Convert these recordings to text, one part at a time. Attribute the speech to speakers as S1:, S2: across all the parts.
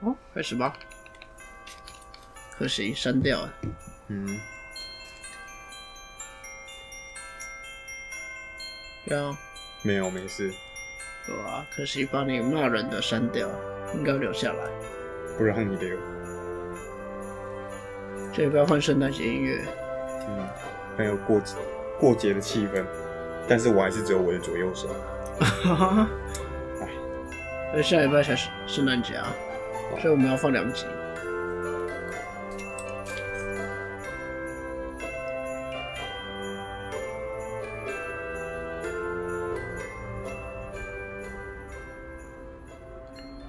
S1: 哦，开始吧。可惜删掉了。
S2: 嗯，
S1: 要
S2: 没有，没事，
S1: 对啊，可惜把你骂人的删掉，应该留下来。
S2: 不让你留。
S1: 这礼拜换圣诞节音乐，
S2: 嗯，很有过节过节的气氛，但是我还是只有我的左右手。
S1: 哈哈。哎那下礼拜才是圣诞节啊，所以我们要放两集。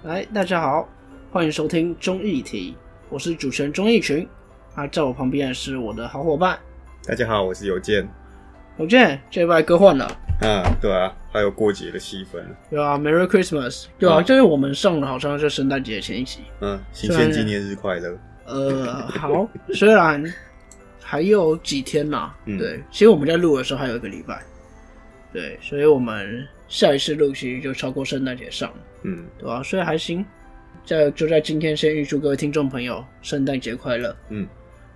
S1: 来，哎大家好，欢迎收听综艺题，我是主持人钟义群，啊，在我旁边的是我的好伙伴
S2: 大家好，我是邮件。
S1: 永健，这礼拜歌换了，
S2: 啊，对啊，还有过节的气氛。
S1: 对啊，Merry Christmas，对啊，
S2: 嗯
S1: 就是我们上了好像是圣诞节前一集，
S2: 嗯，新
S1: 虽然
S2: 鲜纪念日快乐。
S1: 呃， 好，虽然还有几天啦、
S2: 嗯
S1: 对，其实我们在录的时候还有一个礼拜，对，所以我们下一次录其实就超过圣诞节上了，
S2: 嗯，
S1: 对吧、所以还行，在就在今天先预祝各位听众朋友圣诞节快乐。
S2: 嗯，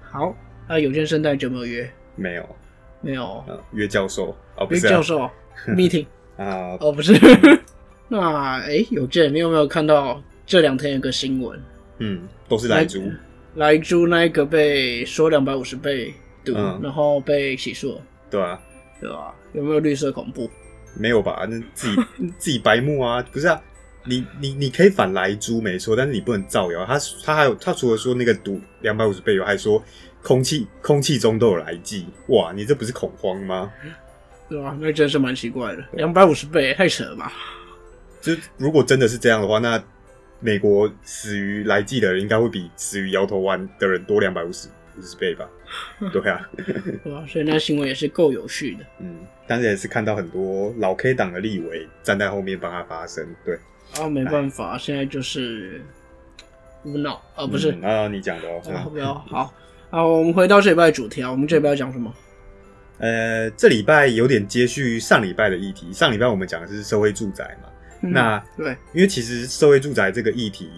S1: 好，那有件圣诞节有没有约？
S2: 没有。
S1: 没有，
S2: 啊，岳教授啊，不
S1: 约
S2: 是啊
S1: 教 授 meeting
S2: 啊，
S1: 哦，不是。 那哎，有件你有没有看到这两天有个新闻，
S2: 嗯，都是来猪。
S1: 莱猪那一个被说两百五十倍毒，
S2: 嗯
S1: 然后被起诉了。
S2: 对啊，
S1: 对吧、有没有绿色恐怖？
S2: 没有吧？那自己自己白目啊，不是啊？你你你可以反来猪没错，但是你不能造谣。他他还有他除了说那个毒两百五十倍油，还说空气空气中都有来剂。哇，你这不是恐慌吗？
S1: 对吧、那真是蛮奇怪的，两百五十倍太扯了吧？
S2: 就是如果真的是这样的话，那美国死于来剂的人应该会比死于摇头丸的人多两百五十五十倍吧？对啊，
S1: 对吧、所以那新闻也是够有趣的。
S2: 嗯，但是也是看到很多老 K 党的立委站在后面帮他发声。对，
S1: 啊，没办法，现在就是无脑啊，不是、
S2: 嗯啊，你讲的哦。
S1: 啊，
S2: 嗯
S1: 不要好啊。我们回到这礼拜的主题啊，我们这礼拜要讲什么？
S2: 呃，这礼拜有点接续上礼拜的议题。上礼拜我们讲的是社会住宅嘛，
S1: 嗯
S2: 那
S1: 对，
S2: 因为其实社会住宅这个议题，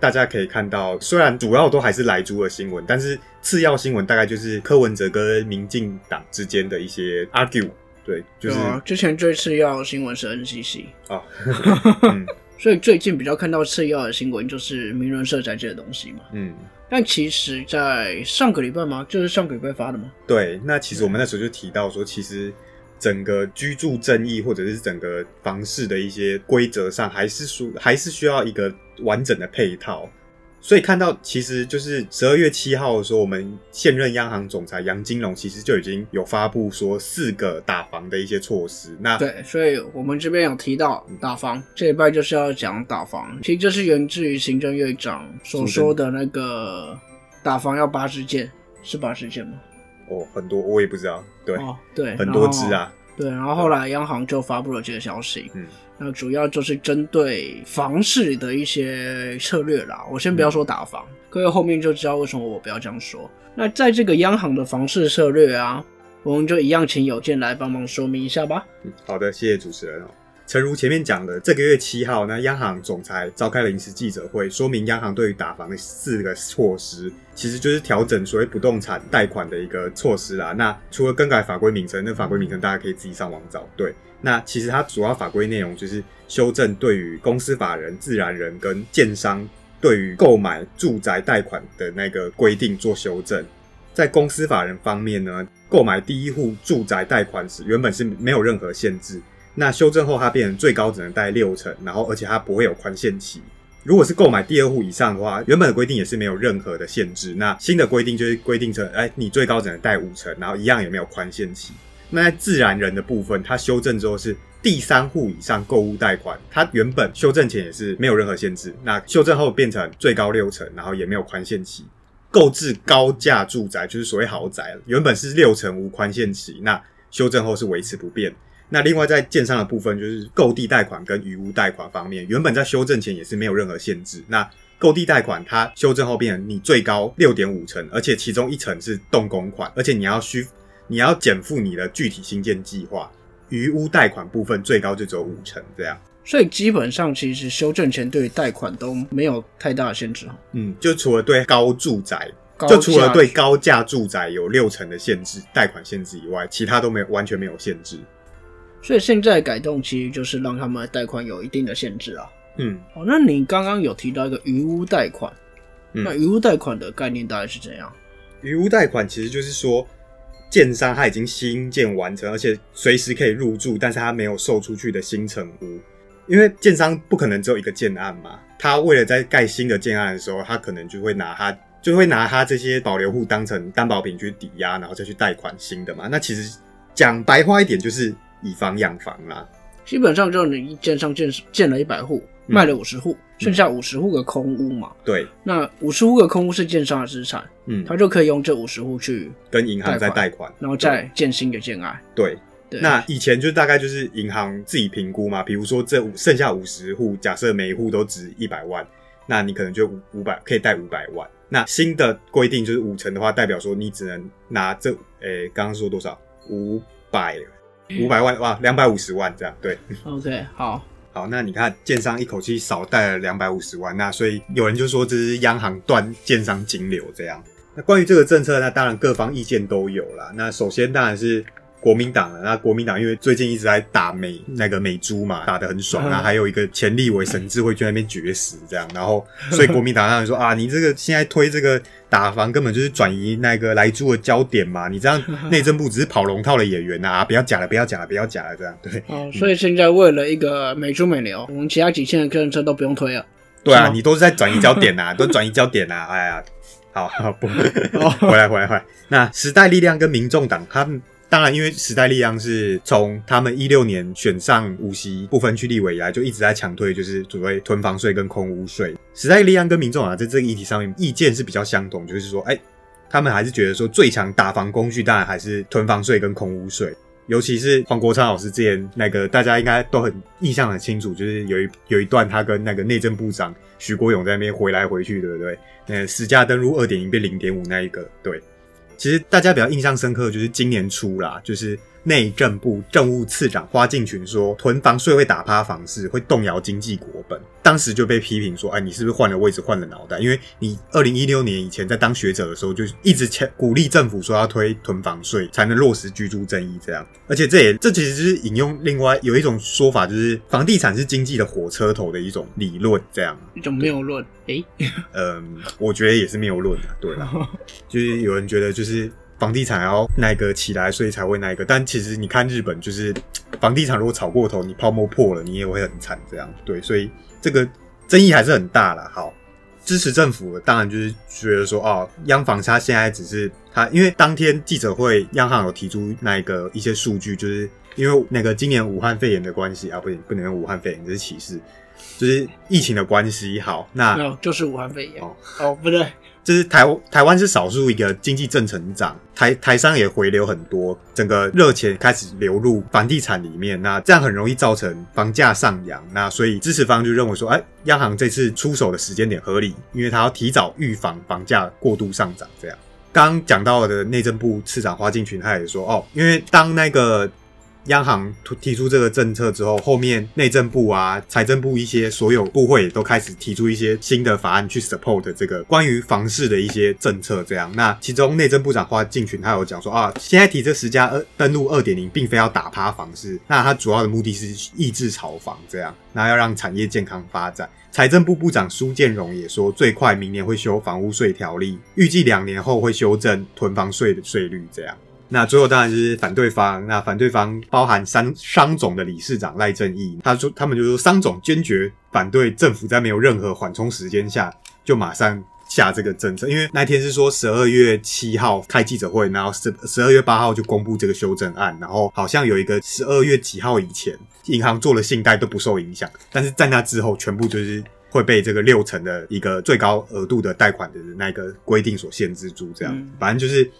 S2: 大家可以看到，虽然主要都还是莱猪的新闻，但是次要新闻大概就是柯文哲跟民进党之间的一些 argue。对，就是
S1: 对啊，之前最次要的新闻是 NCC，
S2: 啊， 嗯
S1: 所以最近比较看到次要的新闻就是名人社宅这些东西嘛。
S2: 嗯，
S1: 但其实，在上个礼拜嘛，就是上个礼拜发的嘛，
S2: 对。那其实我们那时候就提到说，其实整个居住正义或者是整个房市的一些规则上，还是需还是需要一个完整的配套。所以看到，其实就是十二月七号的时候，我们现任央行总裁杨金龙其实就已经有发布说四个打房的一些措施。那
S1: 对，所以我们这边有提到打房，这一拜就是要讲打房，其实这是源自于行政院长所说的那个打房要八支箭，是八支箭吗？
S2: 哦，很多我也不知道，对，
S1: 哦，对，
S2: 很多支啊，
S1: 然后。对，然后后来央行就发布了这个消息，
S2: 嗯，
S1: 那主要就是针对房市的一些策略啦。我先不要说打房，
S2: 嗯
S1: 各位后面就知道为什么我不要这样说。那在这个央行的房市策略啊，我们就一样请有健来帮忙说明一下吧。
S2: 好的，谢谢主持人哦。诚如前面讲的，这个月七号呢，央行总裁召开临时记者会，说明央行对于打房的四个措施，其实就是调整所谓不动产贷款的一个措施啦。那除了更改法规名称，那法规名称大家可以自己上网找。对，那其实它主要法规内容就是修正对于公司法人、自然人跟建商对于购买住宅贷款的那个规定做修正。在公司法人方面呢，购买第一户住宅贷款时，原本是没有任何限制。那修正后，它变成最高只能贷六成，然后而且它不会有宽限期。如果是购买第二户以上的话，原本的规定也是没有任何的限制。那新的规定就是规定成，哎，你最高只能贷五成，然后一样也没有宽限期。那在自然人的部分，它修正之后是第三户以上购物贷款，它原本修正前也是没有任何限制，那修正后变成最高六成，然后也没有宽限期。购置高价住宅，就是所谓豪宅，原本是六成无宽限期，那修正后是维持不变。那另外在建商的部分，就是购地贷款跟余屋贷款方面，原本在修正前也是没有任何限制。那购地贷款它修正后变成你最高六点五成，而且其中一成是动工款，而且你要需你要减负你的具体新建计划。余屋贷款部分最高就只有五成这样。
S1: 所以基本上其实修正前对于贷款都没有太大的限制哈。
S2: 嗯，就除了对高住宅，
S1: 高
S2: 就除了
S1: 价
S2: 对高价住宅有六成的限制贷款限制以外，其他都没有完全没有限制。
S1: 所以现在的改动其实就是让他们的贷款有一定的限制啊。
S2: 嗯，
S1: 哦，那你刚刚有提到一个余屋贷款，
S2: 嗯
S1: 那余屋贷款的概念大概是怎样？
S2: 余屋贷款其实就是说，建商他已经新建完成，而且随时可以入住，但是他没有售出去的新城屋，因为建商不可能只有一个建案嘛，他为了在盖新的建案的时候，他可能就会拿他。就会拿他这些保留户当成担保品去抵押，然后再去贷款新的嘛。那其实讲白话一点，就是以房养房啦。
S1: 基本上就是你一建商建建了一百户，
S2: 嗯
S1: 卖了五十户，剩下五十户的空屋嘛。
S2: 对，
S1: 那五十户的空屋是建商的资产，
S2: 嗯，
S1: 他就可以用这五十户去，
S2: 跟银行在贷款，
S1: 然后再建新的建案。
S2: 对。
S1: 对，
S2: 那以前就大概就是银行自己评估嘛，比如说这五剩下五十户，假设每一户都值一百万，那你可能就五五百可以贷五百万。那新的规定就是五成的话，代表说你只能拿这诶刚刚说多少五百五百万哇两百五十万这样对。
S1: OK 好，
S2: 好，那你看建商一口气少贷了两百五十万，那所以有人就说这是央行断建商金流这样。那关于这个政策，那当然各方意见都有啦。那首先当然是国民党了，那国民党因为最近一直在打美那个美猪嘛，打得很爽
S1: 嗯
S2: 那还有一个前立委沈智慧去那边绝食这样，然后所以国民党当然说 啊，你这个现在推这个打房根本就是转移那个来猪的焦点嘛，你这样内政部只是跑龙套的演员啊，不要假了，不要假了，不要假了这样，对。
S1: 好，
S2: 嗯
S1: 所以现在为了一个美猪美牛，我们其他几千的个人车都不用推了。
S2: 对
S1: 是
S2: 啊，
S1: 吗
S2: 你都是在转移焦 点呐、啊，都转移焦点呐、啊，哎呀，好好不，
S1: 哦
S2: 回来回来回来。那时代力量跟民众党，他们当然因为时代力量是从他们一六年选上无锡不分区立委以来，就一直在强推就是所谓囤房税跟空屋税。时代力量跟民众党在这个议题上面意见是比较相同，就是说，哎、他们还是觉得说最强打房工具当然还是囤房税跟空屋税。尤其是黄国昌老师之前那个，大家应该都很印象很清楚，就是有一有一段他跟那个内政部长徐国勇在那边回来回去，对不对？呃，实价登录二点零变零点五那一个，对。其实大家比较印象深刻的就是今年初啦，就是内政部政务次长花敬群说，囤房税会打趴房市，会动摇经济国本。当时就被批评说，哎，你是不是换了位置，换了脑袋？因为你二零一六年以前在当学者的时候，就一直强鼓励政府说要推囤房税，才能落实居住正义这样。而且这也这其实就是引用另外有一种说法，就是房地产是经济的火车头的一种理论这样。
S1: 一种谬论，诶、
S2: 嗯，我觉得也是谬论啊，对啦，就是有人觉得就是房地产要那个起来，所以才会那个，但其实你看日本，就是房地产如果炒过头，你泡沫破了，你也会很惨，这样对，所以这个争议还是很大啦。好，支持政府的当然就是觉得说，哦，央行它现在只是它，因为当天记者会，央行有提出那个一些数据，就是因为那个今年武汉肺炎的关系啊，不行，不能用武汉肺炎，这是歧视。就是疫情的关系，好， 那
S1: 没有，就是武汉肺炎。
S2: 啊哦
S1: 哦不对，
S2: 就是台台湾是少数一个经济正成长，台台商也回流很多，整个热钱开始流入房地产里面，那这样很容易造成房价上扬。那所以支持方就认为说，哎，央行这次出手的时间点合理，因为它要提早预防房价过度上涨。这样，刚刚讲到的内政部次长花敬群他也说，哦，因为当那个央行突提出这个政策之后，后面内政部啊、财政部一些所有部会也都开始提出一些新的法案去 support 这个关于房市的一些政策。这样，那其中内政部长花敬群他有讲说啊，现在提这十加二登录二点零，并非要打趴房市，那它主要的目的是抑制炒房，这样，那要让产业健康发展。财政部部长苏建荣也说，最快明年会修房屋税条例，预计两年后会修正囤房税的税率，这样。那最后当然就是反对方，那反对方包含商商总的理事长赖正义，他说他们就说商总坚决反对政府在没有任何缓冲时间下就马上下这个政策，因为那天是说十二月七号开记者会，然后十十二月八号就公布这个修正案，然后好像有一个十二月几号以前银行做了信贷都不受影响，但是在那之后全部就是。会被这个六成的一个最高额度的贷款的那个规定所限制住，这样，
S1: 嗯
S2: 反正就是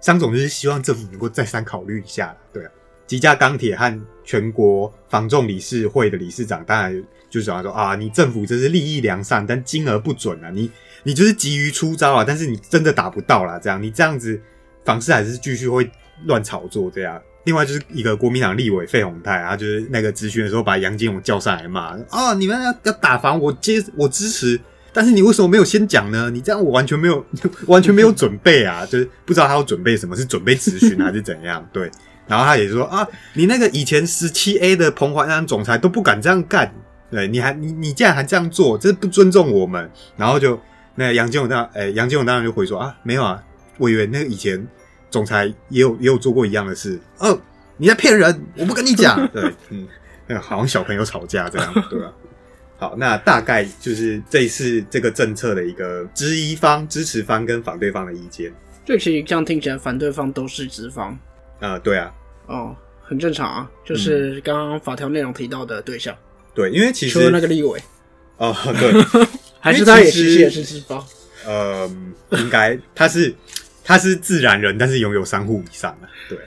S2: 商总就是希望政府能够再三考虑一下啦，对啊。吉家钢铁和全国房仲理事会的理事长，当然就是想说啊，你政府真是利益良善，但金额不准啊，你你就是急于出招啊，但是你真的打不到啦，这样你这样子房市还是继续会乱炒作这样。另外就是一个国民党立委费鸿泰啊，他就是那个咨询的时候把杨金龙叫上来骂啊，你们要要打防，我接我支持，但是你为什么没有先讲呢？你这样我完全没有完全没有准备啊，就是不知道他要准备什么，是准备咨询还是怎样？对，然后他也说啊，你那个以前十七 A 的彭淮安总裁都不敢这样干，对，你还你你竟然还这样做，这是不尊重我们。然后就那杨金龙当哎杨金龙当然就回说啊，没有啊，委员那个以前总裁也有也有做过一样的事，哦，你在骗人，我不跟你讲。对，嗯，那个好像小朋友吵架这样，对吧、好，那大概就是这一次这个政策的一个质疑方、支持方跟反对方的意见。
S1: 这其实这样听起来，反对方都是资方
S2: 啊，对啊，
S1: 哦，很正常啊，就是刚刚法条内容提到的对象，
S2: 对，因为嗯其
S1: 除了
S2: 实
S1: 那个立委，
S2: 哦，对，
S1: 还是他也
S2: 其实
S1: 其实也是资方。
S2: 呃，应该他是他是自然人，但是拥有三户以上的，对，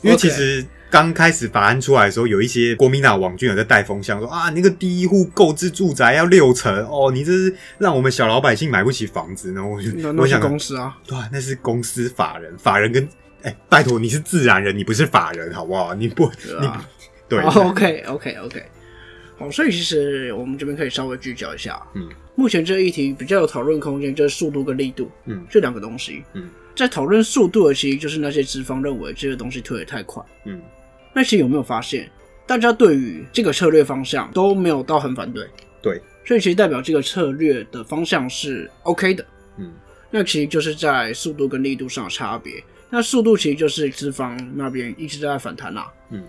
S2: 因为
S1: OK
S2: 其实。刚开始法案出来的时候，有一些国民党网军有在带风向，说啊，那个第一户购置住宅要六成哦，你这是让我们小老百姓买不起房子。然后我就
S1: 那
S2: 我
S1: 那是
S2: 想
S1: 公司啊，
S2: 对啊，那是公司法人，法人跟哎、拜托你是自然人，你不是法人，好不好？你不，
S1: 对
S2: 你
S1: 啊
S2: 对，
S1: OK OK OK，好，所以其实我们这边可以稍微聚焦一下，
S2: 嗯，
S1: 目前这一题比较有讨论空间，就是速度跟力度，
S2: 嗯
S1: 这两个东西，
S2: 嗯，
S1: 在讨论速度的，其实就是那些资方认为这个东西推得太快。
S2: 嗯，
S1: 那其实有没有发现，大家对于这个策略方向都没有到很反对，
S2: 对，
S1: 所以其实代表这个策略的方向是 OK 的。
S2: 嗯，
S1: 那其实就是在速度跟力度上的差别。那速度其实就是资方那边一直在反弹啦、
S2: 嗯，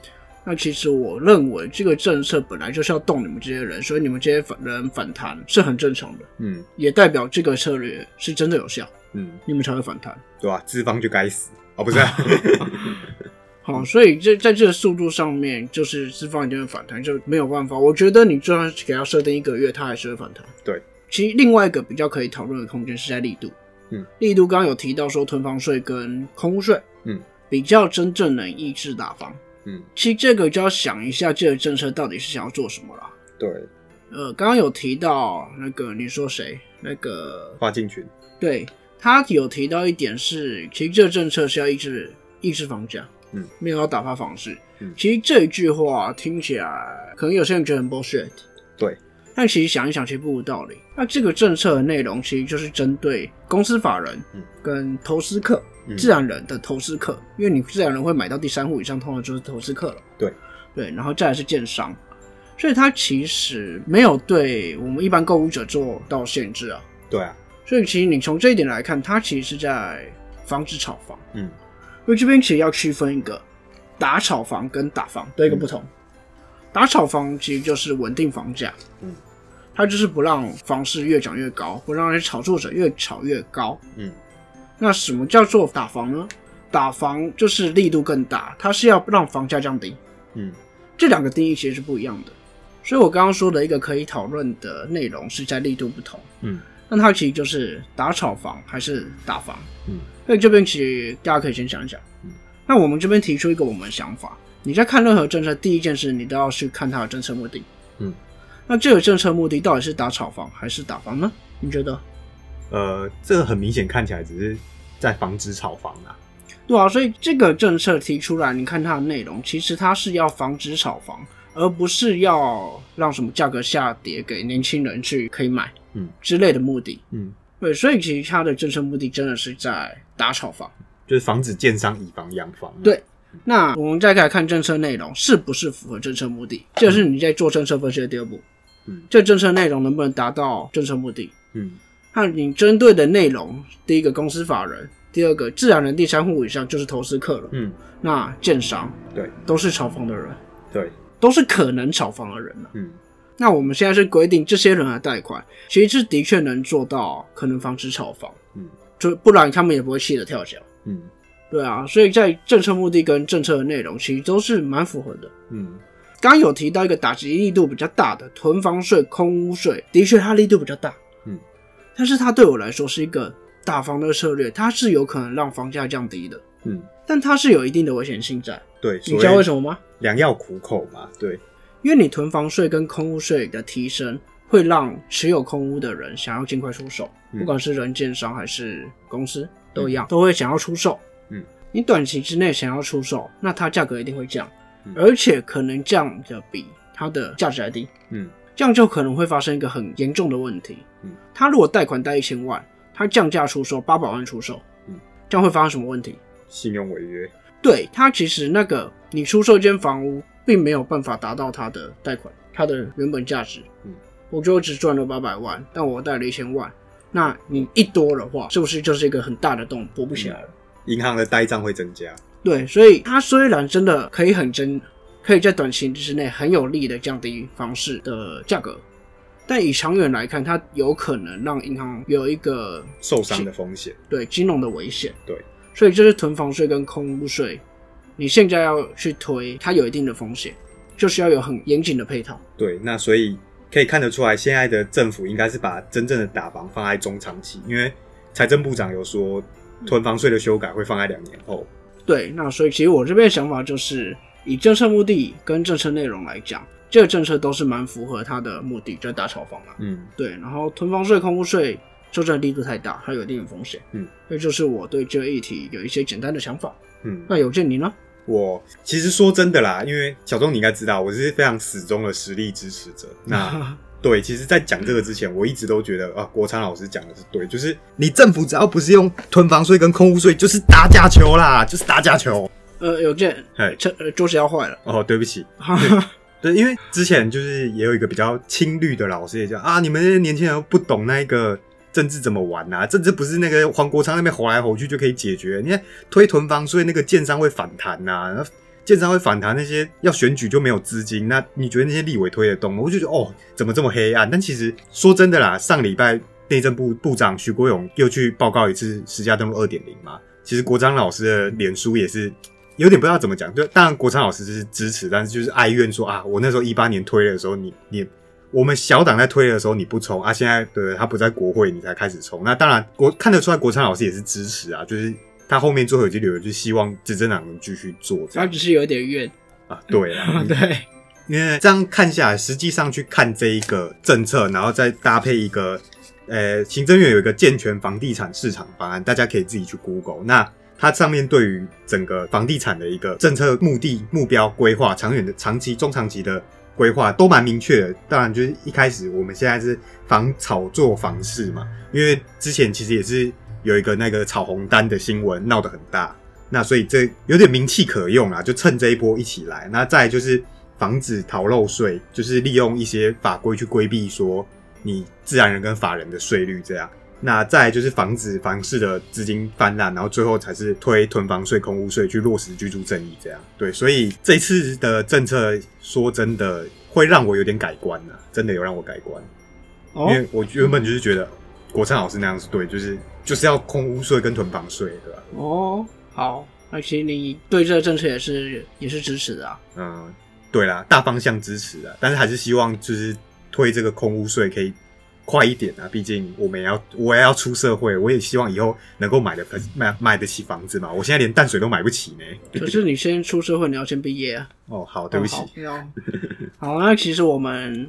S1: 那其实我认为这个政策本来就是要动你们这些人，所以你们这些反人反弹是很正常的，
S2: 嗯
S1: 也代表这个策略是真的有效，
S2: 嗯，
S1: 你们才会反弹。
S2: 对吧、资方就该死哦，不是、啊，嗯
S1: 好，所以这在这个速度上面，就是资方一定会反弹，就没有办法。我觉得你就算是给他设定一个月，他还是会反弹。
S2: 对，
S1: 其实另外一个比较可以讨论的空间是在力度。
S2: 嗯，
S1: 力度刚刚有提到说囤房税跟空屋税，
S2: 嗯，
S1: 比较真正能抑制打房。
S2: 嗯，
S1: 其实这个就要想一下这个政策到底是想要做什么啦。
S2: 对，
S1: 呃，刚刚有提到那个你说谁？那个
S2: 花进群，
S1: 对他有提到一点是，其实这个政策是要抑制抑制房价，
S2: 嗯，
S1: 没有要打发房市。
S2: 嗯
S1: 其实这一句话听起来，可能有些人觉得很 bullshit，
S2: 对。
S1: 但其实想一想，其实不无道理。那这个政策的内容其实就是针对公司法人
S2: 嗯
S1: 跟投资客、
S2: 嗯
S1: 自然人的投资客，因为你自然人会买到第三户以上，通常就是投资客了。
S2: 对
S1: 对，然后再来是建商，所以它其实没有对我们一般购物者做到限制啊。
S2: 对啊，
S1: 所以其实你从这一点来看，它其实是在防止炒房。
S2: 嗯
S1: 因为这边其实要区分一个打炒房跟打房的一个不同。打炒房其实就是稳定房价，
S2: 嗯，
S1: 它就是不让房市越涨越高，不让那些炒作者越炒越高。
S2: 嗯
S1: 那什么叫做打房呢？打房就是力度更大，它是要让房价降低。
S2: 嗯
S1: 这两个定义其实是不一样的。所以我刚刚说的一个可以讨论的内容是在力度不同。
S2: 嗯
S1: 那它其实就是打炒房还是打房？
S2: 嗯，
S1: 所以这边其实大家可以先想一想。
S2: 嗯，
S1: 那我们这边提出一个我们的想法，你在看任何政策，第一件事你都要去看它的政策目的。
S2: 嗯，
S1: 那这个政策目的到底是打炒房还是打房呢？你觉得？
S2: 呃，这个很明显看起来只是在防止炒房啊，
S1: 对啊，所以这个政策提出来，你看它的内容，其实它是要防止炒房，而不是要让什么价格下跌给年轻人去可以买，
S2: 嗯
S1: 之类的目的。
S2: 嗯，
S1: 对，所以其实它的政策目的真的是在打炒房。
S2: 就是防止建商以房养房、
S1: 对那我们再来看政策内容是不是符合政策目的，这是你在做政策分析的第二步。
S2: 嗯
S1: 这政策内容能不能达到政策目的？
S2: 嗯
S1: 那你针对的内容，第一个公司法人，第二个自然人，第三户以上就是投资客了。
S2: 嗯，
S1: 那建商
S2: 对
S1: 都是炒房的人，
S2: 对，
S1: 都是可能炒房的人了、啊
S2: 嗯
S1: 那我们现在是规定这些人的贷款，其实是的确能做到可能防止炒房，
S2: 嗯
S1: 就不然他们也不会气得跳脚。
S2: 嗯
S1: 对啊，所以在政策目的跟政策的内容其实都是蛮符合的。
S2: 嗯
S1: 刚刚有提到一个打击力度比较大的囤房税、空屋税，的确它力度比较大，
S2: 嗯，
S1: 但是它对我来说是一个打房的策略，它是有可能让房价降低的，
S2: 嗯，
S1: 但它是有一定的危险性在。
S2: 对，
S1: 你知道为什
S2: 么
S1: 么吗？
S2: 良药苦口嘛？对，
S1: 因为你囤房税跟空屋税的提升，会让持有空屋的人想要尽快出手，
S2: 嗯
S1: 不管是人、建商还是公司都一样，都会想要出售。
S2: 嗯，
S1: 你短期之内想要出售，那它价格一定会降
S2: 嗯，
S1: 而且可能降的比它的价值还低。
S2: 嗯，
S1: 这样就可能会发生一个很严重的问题。
S2: 嗯，
S1: 他如果贷款贷一千万，他降价出售八百万出售，
S2: 嗯，
S1: 这样会发生什么问题？
S2: 信用违约，
S1: 对他其实那个你出售一间房屋，并没有办法达到他的贷款，他的原本价值。
S2: 嗯，
S1: 我就只赚了八百万，但我贷了一千万，那你一多的话，是不是就是一个很大的洞，补不起来了？
S2: 银行的呆账会增加。
S1: 对，所以它虽然真的可以很真，可以在短期之内很有力的降低房市的价格，但以长远来看，它有可能让银行有一个
S2: 受伤的风险，
S1: 对金融的危险。
S2: 对，
S1: 所以这是囤房税跟空屋税，你现在要去推，它有一定的风险，就是要有很严谨的配套。
S2: 对，那所以可以看得出来，现在的政府应该是把真正的打房放在中长期，因为财政部长有说
S1: 嗯
S2: 囤房税的修改会放在两年后。
S1: 对，那所以其实我这边的想法就是，以政策目的跟政策内容来讲，这个政策都是蛮符合它的目的，就是打炒房嘛。
S2: 嗯，
S1: 对，然后囤房税、空屋税修正力度太大，它有一定的风险。
S2: 嗯，
S1: 这就是我对这一题有一些简单的想法。
S2: 嗯，
S1: 那有见你呢？
S2: 我其实说真的啦，因为小钟你应该知道，我是非常死忠的实力支持者。那 对，其实，在讲这个之前，我一直都觉得啊，国昌老师讲的是对，就是你政府只要不是用囤房税跟空屋税，就是打假球啦，就是打假球。
S1: 呃，有见
S2: 嘿，
S1: 这呃桌子要坏了。
S2: 哦，对不起， 对，因为之前就是也有一个比较青绿的老师也讲啊，你们这些年轻人不懂那个政治怎么玩啊，政治不是那个黄国昌那边吼来吼去就可以解决。你看推囤房税，那个建商会反弹啊呐、那建商会反弹，那些要选举就没有资金，那你觉得那些立委推得动吗？我就觉得哦，怎么这么黑暗？但其实说真的啦，上礼拜内政部部长徐国勇又去报告一次十家登录二点零嘛，其实国昌老师的脸书也是有点不知道怎么讲，就当然国昌老师是支持，但是就是哀怨说啊，我那时候一八年推的时候，你你我们小党在推的时候你不冲啊，现在对他不在国会，你才开始冲。那当然国看得出来国昌老师也是支持啊，就是他后面最后有句理由就是希望执政党能继续做这
S1: 他
S2: 样
S1: 只是有点怨。，
S2: 啊， 对啊
S1: 对，
S2: 因为这样看下来，实际上去看这一个政策，然后再搭配一个，呃，行政院有一个健全房地产市场方案，大家可以自己去 Google。那它上面对于整个房地产的一个政策目的、目标规划、长远的、长期、中长期的规划都蛮明确的。当然，就是一开始我们现在是房炒作房市嘛，因为之前其实也是有一个那个炒红单的新闻闹得很大，那所以这有点名气可用啦，啊就趁这一波一起来。那再来就是防止逃漏税，就是利用一些法规去规避说你自然人跟法人的税率这样。那再来就是防止房市的资金泛滥，然后最后才是推囤房税、空屋税去落实居住正义这样。对，所以这次的政策说真的会让我有点改观啊，真的有让我改观。
S1: 哦
S2: 因，为我原本就是觉得国昌老师那样是对，就是就是要空屋税跟囤房税，对吧？
S1: 哦，好，那其实你对这个政策也是也是支持的啊。
S2: 嗯，对啦，大方向支持啊，但是还是希望就是推这个空屋税可以快一点啊，毕竟我们也要我也要出社会，我也希望以后能够买得 买买得起房子嘛，我现在连淡水都买不起呢。
S1: 可是你先出社会，你要先毕业啊。
S2: 哦，好， 对不起，
S1: 哦好好，那其实我们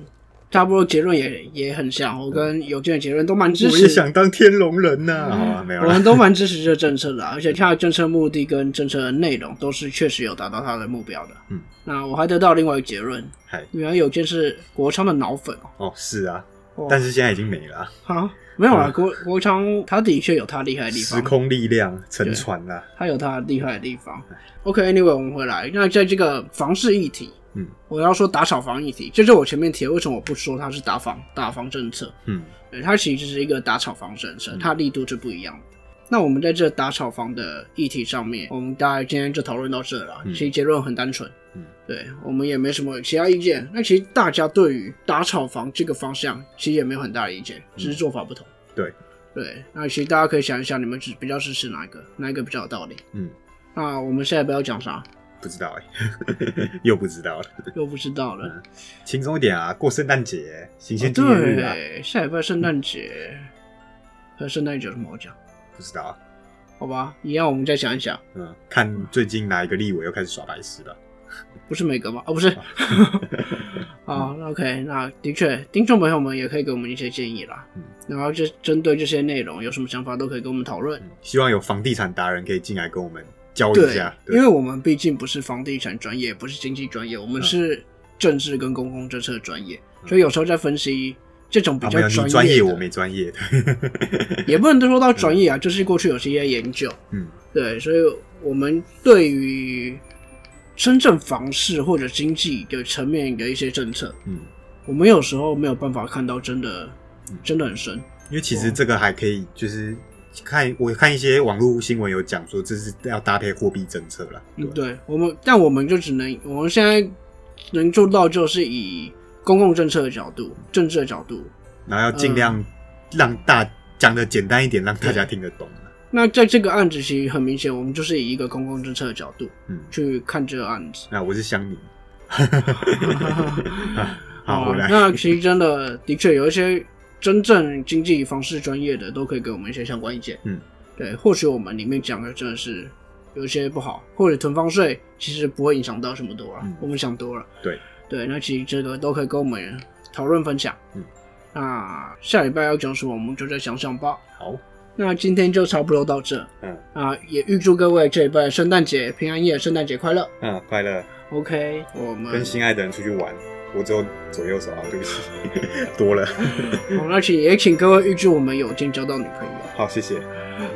S1: 差不多结论也也很像，我跟邮件的结论都蛮支
S2: 嗯我也
S1: 持。
S2: 想当天龙人呐、好啊，没有
S1: 我
S2: 啦
S1: 们，都蛮支持这个政策的啊、 而且它的政策目的跟政策的内容都是确实有达到它的目标的。
S2: 嗯，
S1: 那我还得到另外一个结论，
S2: 嗨，
S1: 原来有件是国昌的脑粉哦
S2: 哦，是啊，
S1: 哦，
S2: 但是现在已经没了啊、
S1: 啊，没有啦，国国昌他的确有他厉害的地
S2: 时
S1: 方，啊
S2: 空力量沉船啦、
S1: 他有他厉害的地方。OK，Anyway，、我们回来，那在这个房市议题，
S2: 嗯，
S1: 我要说打炒房议题，这就是我前面提的，为什么我不说它是打房打房政策？
S2: 嗯，
S1: 对，它其实是一个打炒房政策，它力度是不一样的。那我们在这打炒房的议题上面，我们大概今天就讨论到这了啦。
S2: 嗯
S1: 其实结论很单纯，
S2: 嗯
S1: 对我们也没什么其他意见。那其实大家对于打炒房这个方向，其实也没有很大的意见，只是做法不同。
S2: 嗯对
S1: 对，那其实大家可以想一想，你们只比较支持哪一个，哪一个比较有道理？
S2: 嗯，
S1: 那我们现在不要讲啥，
S2: 不知道哎、 又不知道了，
S1: 又不知道
S2: 嗯
S1: 了。
S2: 轻松一点啊，过圣诞节，行
S1: 哦
S2: 宪纪念日啊，
S1: 对，下礼拜圣诞节，
S2: 嗯
S1: 和圣诞节有什么好讲？
S2: 不知道啊，
S1: 好吧，一样我们再想一想。
S2: 嗯，看最近哪一个立委又开始耍白痴了。
S1: 不是每个吗？哦，不 是。好那，OK，那的确，听众朋友们也可以给我们一些建议啦。
S2: 嗯
S1: 然后就针对这些内容有什么想法都可以跟我们讨论。
S2: 希望有房地产达人可以进来跟我们教一
S1: 对
S2: 下，，
S1: 因为我们毕竟不是房地产专业，不是经济专业，我们
S2: 嗯
S1: 是政治跟公共政策专业，所以有时候在分析这种比
S2: 啊
S1: 较
S2: 没有
S1: 专
S2: 你专
S1: 业
S2: 业，
S1: 的，
S2: 我没 专业的，
S1: 也不能都说到专业啊，就是过去有些研究，
S2: 嗯，
S1: 对，所以我们对于深圳房市或者经济的层面的一些政策，
S2: 嗯，
S1: 我们有时候没有办法看到真的
S2: 嗯
S1: 真的很深，
S2: 因为其
S1: 哦
S2: 实这个还可以就是看我看一些网络新闻有讲说这是要搭配货币政策啦，
S1: 嗯，
S2: 对吧，
S1: 对我们，但我们就只能，我们现在能做到就是以公共政策的角度、政治的角度。
S2: 然后要
S1: 嗯
S2: 尽量让大讲的简单一点，让大家听得懂啦
S1: 那在这个案子，其实很明显，我们就是以一个公共政策的角度
S2: 嗯，。
S1: 去看这个案子
S2: 那我是乡民，
S1: 好
S2: 好，回
S1: 啊
S2: 来，
S1: 那其实真的的确有一些真正经济房市专业的，都可以给我们一些相关意见。
S2: 嗯，
S1: 对，或许我们里面讲的真的是有一些不好，或者囤房税其实不会影响到什么多了，
S2: 嗯
S1: 我们想多了。
S2: 对
S1: 对，那其实这个都可以跟我们讨论分享。
S2: 嗯，
S1: 那下礼拜要讲什么，我们就再想想吧。
S2: 好，
S1: 那今天就差不多到这。
S2: 嗯
S1: 啊，也预祝各位这礼拜圣诞节平安夜，圣诞节快乐。
S2: 嗯，快乐。
S1: OK，我们
S2: 跟心爱的人出去玩，我只有左右手啊，对不起， 多了。
S1: 好，那请也请各位预祝我们有幸交到女朋友。
S2: 好，谢谢，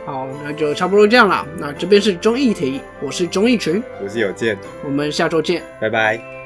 S1: 好，那就差不多这样了。那这边是综艺题，我是综艺群，
S2: 我是有健，
S1: 我们下周见。
S2: 拜拜。